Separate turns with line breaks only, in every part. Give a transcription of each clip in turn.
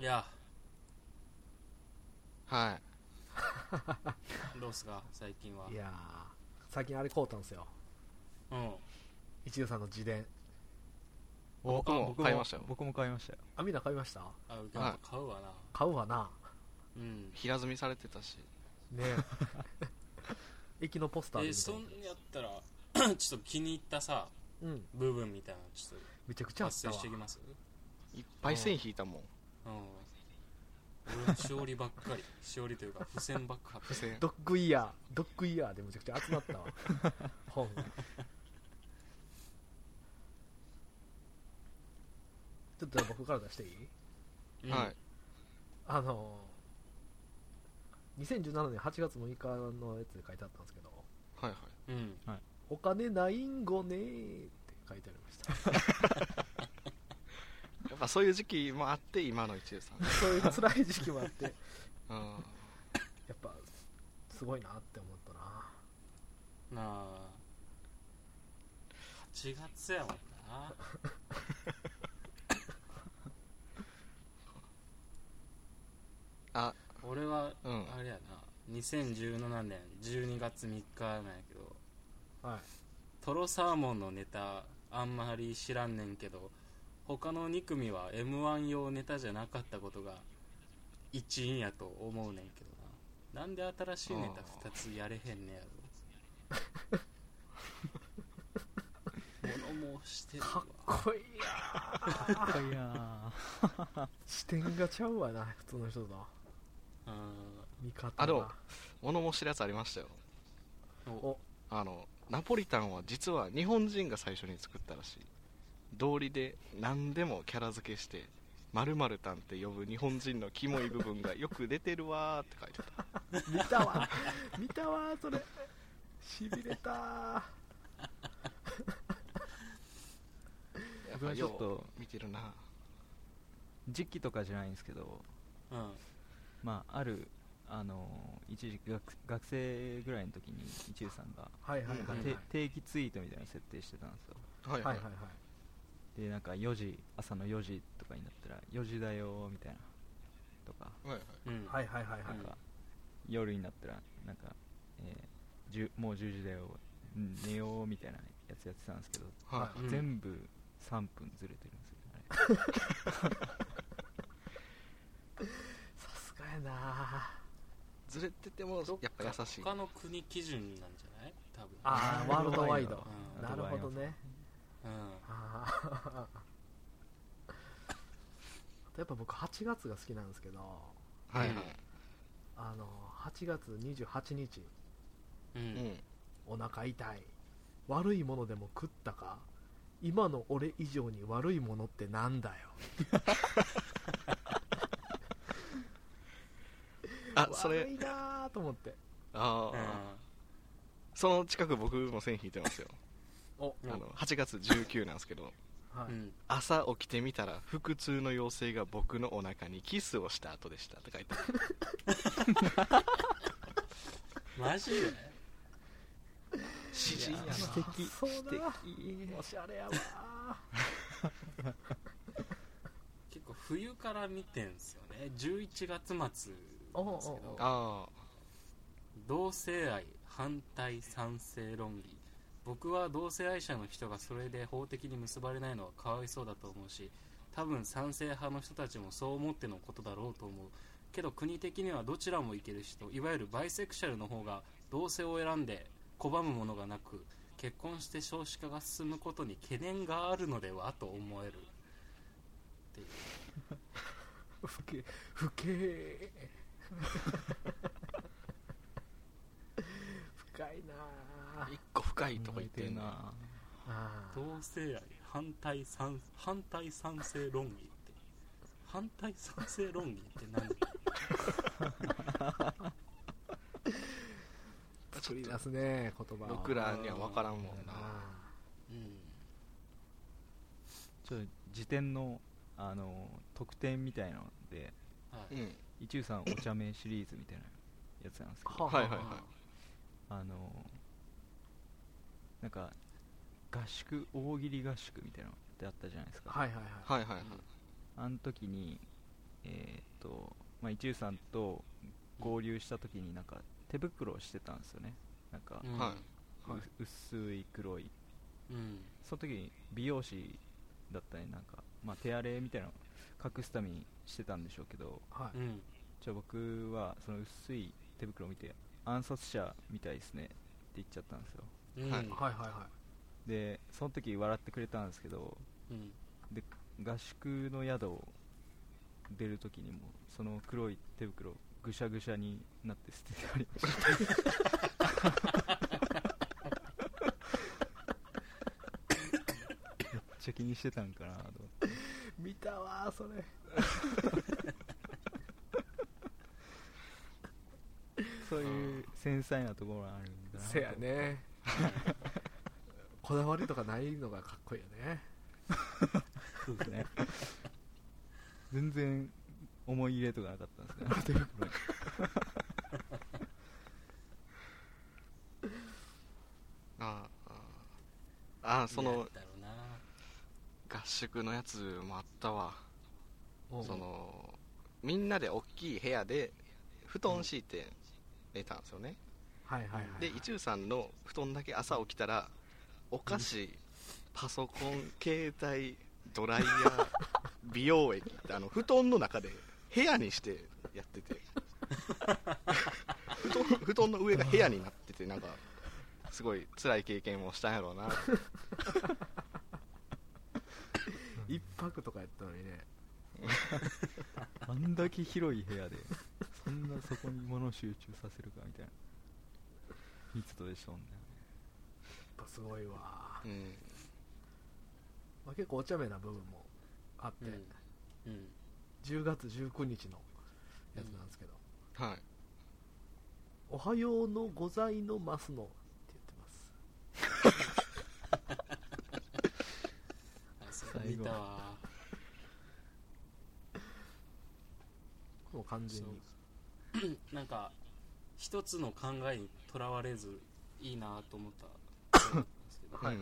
いや
は
どうすか最近はい
やー最近あれ買うたんですよ
うん
一流さんの自伝
お
僕も
僕
買いましたよ
僕も買いましたよ
あみんな買いました
あやっぱ買うわな、
買うわな
うん
い平積みされてたし
ね 駅のポスターで
え
見た
そ
い
んやったら ちょっと気に入ったさ
うん
部分みたいなのちょっ
めちゃくち
と
ゃあっ
発
た
生
わ
していきます
いっぱい線引いたもん
うん俺のしおりばっかりしおりというか付箋ばっか
付箋
ドッグイヤードッグイヤーでめちゃくちゃ集 まったわ本がちょっと僕から出していい
り
はい
あのー2017年8月6日のやつで書いてあったんですけど
はいはい
うん、うん、
「お金ないんごねー」って書いてありました
やっぱそういう時期もあって今の一流さん
そういう辛い時期もあってや
うん
っぱすごいなって思ったな
なあ8月やもんな
あ
俺は、
うん
あれやな2017年12月3日なんやけど
はい
トロサーモンのネタあんまり知らんねんけど他の2組は m 1用ネタじゃなかったことが一因やと思うねんけどななんで新しいネタ2つやれへんねやろ物申してるわ
こいや
かいや
視点がちゃうわな普通の人と
うん
見方が
あでも物申してるやつありましたよ
お
あのナポリタンは実は日本人が最初に作ったらしい道理で何でもキャラ付けして「まるたん」って呼ぶ日本人のキモい部分がよく出てるわーって書いてた
見たわ見たわそれしびれたー
やっ
僕
ぱ
はちょ
よ
っと
う見てるな
時期とかじゃないんですけど
うん
まああるあのー一時期学学生ぐらいの時に一流さんが
はいはいはいはい、
なんか
うん
て定期ツイートみたいなの設定してたんですよ
はい
は
はいい、
はいはい
でなんか4時朝の4時とかになったら4時だよみたいなとか
はいはい
うん
はいはいはいは
ないんか、夜になったらなんか、えーじゅもう10時だようん寝ようみたいなやつやってたんですけど、
は
うん
全部3分ずれてるんですよねあれ
さすがやな
ずれててもやっぱ優しい
他の国基準なんじゃない多分
あーワールドワイド
うん
なるほどね
うん
あーあとやっぱ僕8月が好きなんですけど
はいは
あの8月28日
う
い、
ん
うん、
お腹痛い悪いものでも食ったか今の俺以上に悪いものってなんだよ
あそ
悪
れ
いなーと思って
あ
うん
あ、その近く僕も線引いてますよ
お
あの8月19なんですけど
はい、
うん
朝起きてみたら腹痛の妖精が僕のお腹にキスをした後でしたって書いてある
マジで
詩人やな
素敵そうだおしゃれや わ
結構冬から見てんすよね11月末なんですけ
おうおう
ど
あ
同性愛反対賛成論議僕は同性愛者の人がそれで法的に結ばれないのはかわいそうだと思うし多分賛成派の人たちもそう思ってのことだろうと思うけど国的にはどちらもいける人いわゆるバイセクシャルの方が同性を選んで拒むものがなく結婚して少子化が進むことに懸念があるのではと思えるっていう
ふけふ け深いな
あ
ー
一個深いとこ行ってんな
な
あー
同性愛反対賛反対賛成論議って反対賛成論議って何
作り出すね言葉を
僕らには分からんもんな
あ
うん
ちょっと辞典の、あのー特典みたいなので
はい
うん
一流さんお茶目シリーズみたいなやつなんですけ
ー
ど
はいはい
あ
は
あのーなんか合宿大喜利合宿みたいなのってあったじゃないですか
はいはいはい
いはいはいはい
うん
あの時に、えまあ、一遊さんと合流した時になんか手袋をしてたんですよねなんか、
うん
は
う
はい
薄い黒い
うん
その時に美容師だったりなんか、まあ、手荒れみたいなのを隠すためにしてたんでしょうけど
は
う
い
ん
じゃあ僕はその薄い手袋を見て暗殺者みたいですねって言っちゃったんですよ
うん
はい
はいはいは
でその時笑ってくれたんですけど
うん
で合宿の宿を出る時にもその黒い手袋ぐしゃぐしゃになって捨ててありましためっちゃ気にしてたんかなと思って
い見たわーそれ
そういう繊細なところがあるんだな
せや ねこだわりとかないのがかっこいいよね
そうですね全然思い入れとかなかったんですねあ の手袋に
あーあーあーそ
嫌
の
だろうな
合宿のやつもあったわ
おう
そのみんなで大きい部屋で布団敷いて寝たんですよね、
はいはいはいはい
で一応さんの布団だけ朝起きたらお菓子、パソコン携帯ドライヤー 美容液ってあの布団の中で部屋にしてやって て布団布団の上が部屋になっててなんかすごい辛い経験をしたんやろうな
一泊とかやったのにね
あんだけ広い部屋でそんなそこに物を集中させるかみたいな密度でしょんだよね
やっぱすごいわー、
うん
まあ、結構お茶目な部分もあって、
うんうん
10月19日のやつなんですけど、
はい
おはようのございのますのって言ってます
あそれ見たわ
もう完全に
そうなんか一つの考えにとらわれずいいなと思ったことなんですけど
はい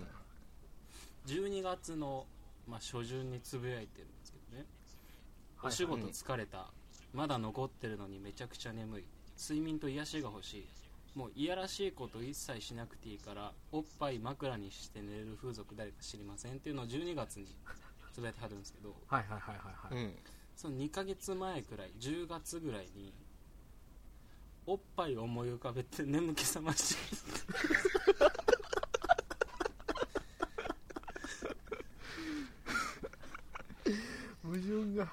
12月の、まあ、初旬につぶやいてるんですけどね、
はい
お仕事疲れた、まだ残ってるのにめちゃくちゃ眠い睡眠と癒しが欲しいもういやらしいこと一切しなくていいからおっぱい枕にして寝れる風俗誰か知りませんっていうのを12月につぶやいてはるんですけど
はいはいはいはいはい、
うん
その2ヶ月前くらい10月ぐらいにおっぱいを思い浮かべて眠気覚まして
矛盾 が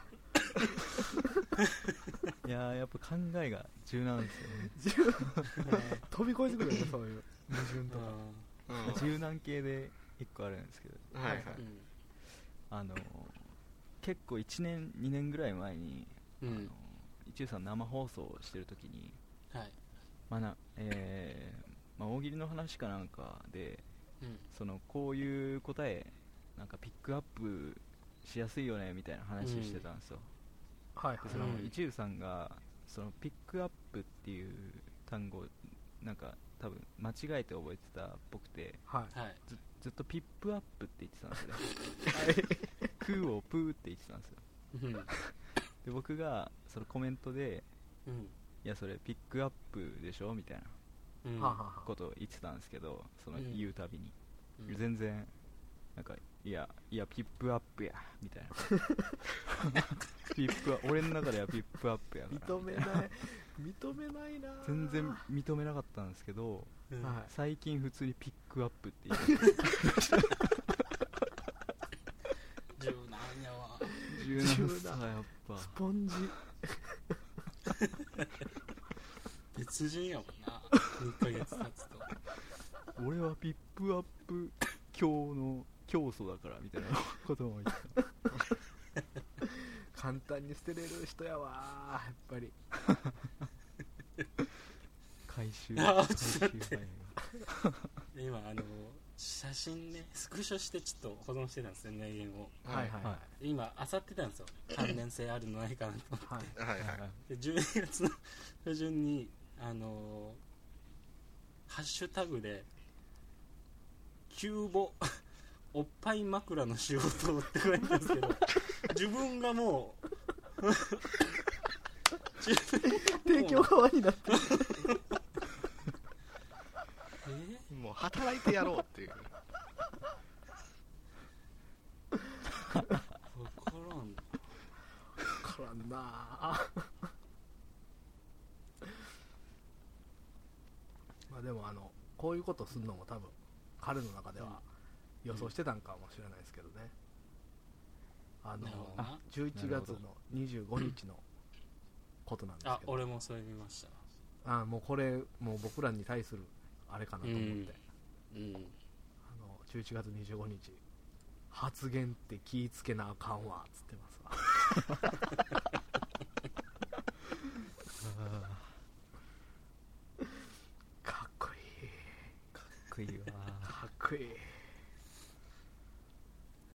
いやーやっぱ考えが柔軟ですよ ね
飛び越えてくるよねそういう矛盾とか、
うん
柔軟系で1個あるんですけど
はいはい
あのー結構1年2年ぐらい前に、
うん、う
あのー
ん
一応さん生放送をしてる時に、
はい
まあなえーまあ、大喜利の話かなんかで
うん
そのこういう答えなんかピックアップしやすいよねみたいな話してたんですよ、
はいはい
でその
うん
一遊さんがそのピックアップっていう単語なんか多分間違えて覚えてたっぽくて
はい
はい
ずずっとピップアップって言ってたんですよね クーをプーって言ってたんですよ
うん
で僕がそのコメントで
うん
いやそれピックアップでしょみたいな
うん
はあはあはあ
ことを言ってたんですけどその
うん
言うたびに、
うん
全然なんかいやいやピップアップやみたいなピップは俺の中ではピップアップやから
認め
み
な
た
い
いな
認めないなー
全然認めなかったんですけど
うん
はい
最近普通にピックアップって言います
柔軟やわ
柔軟さやっぱ
スポンジ
別人やもんな2ヶ月経つと
俺はピップアップ教の教祖だからみたいなことも言ってた
簡単に捨てれる人やわーやっぱり
回収
あ
回
ー
収
ちょっと待って
範囲が
今あの写真ねスクショしてちょっと保存してたんですよ名言を
はいはい
は
今あさってたんですよ関連性あるのないかなと思って
は
はい
い
はい
はい
で12月の初旬にあのーハッシュタグで「キューボおっぱい枕の仕事」って書いてたんですけど自分がもう
提供側になってる
えー
もう働いてやろうっていう
わからん
からんなあ まあでもあのこういうことするのも多分彼の中では予想してたんかもしれないですけどね、あの
なるほどな
11
なる
月
ほど
の25日のことなんです
あ
けど
俺もそれ見ました
あもうこれもう僕らに対するあれかなと思って、
うんうん
あの11月25日発言って気ぃつけなあかんわっつってますわ
あ
かっこいい
ーかっこいいわ
かっこいい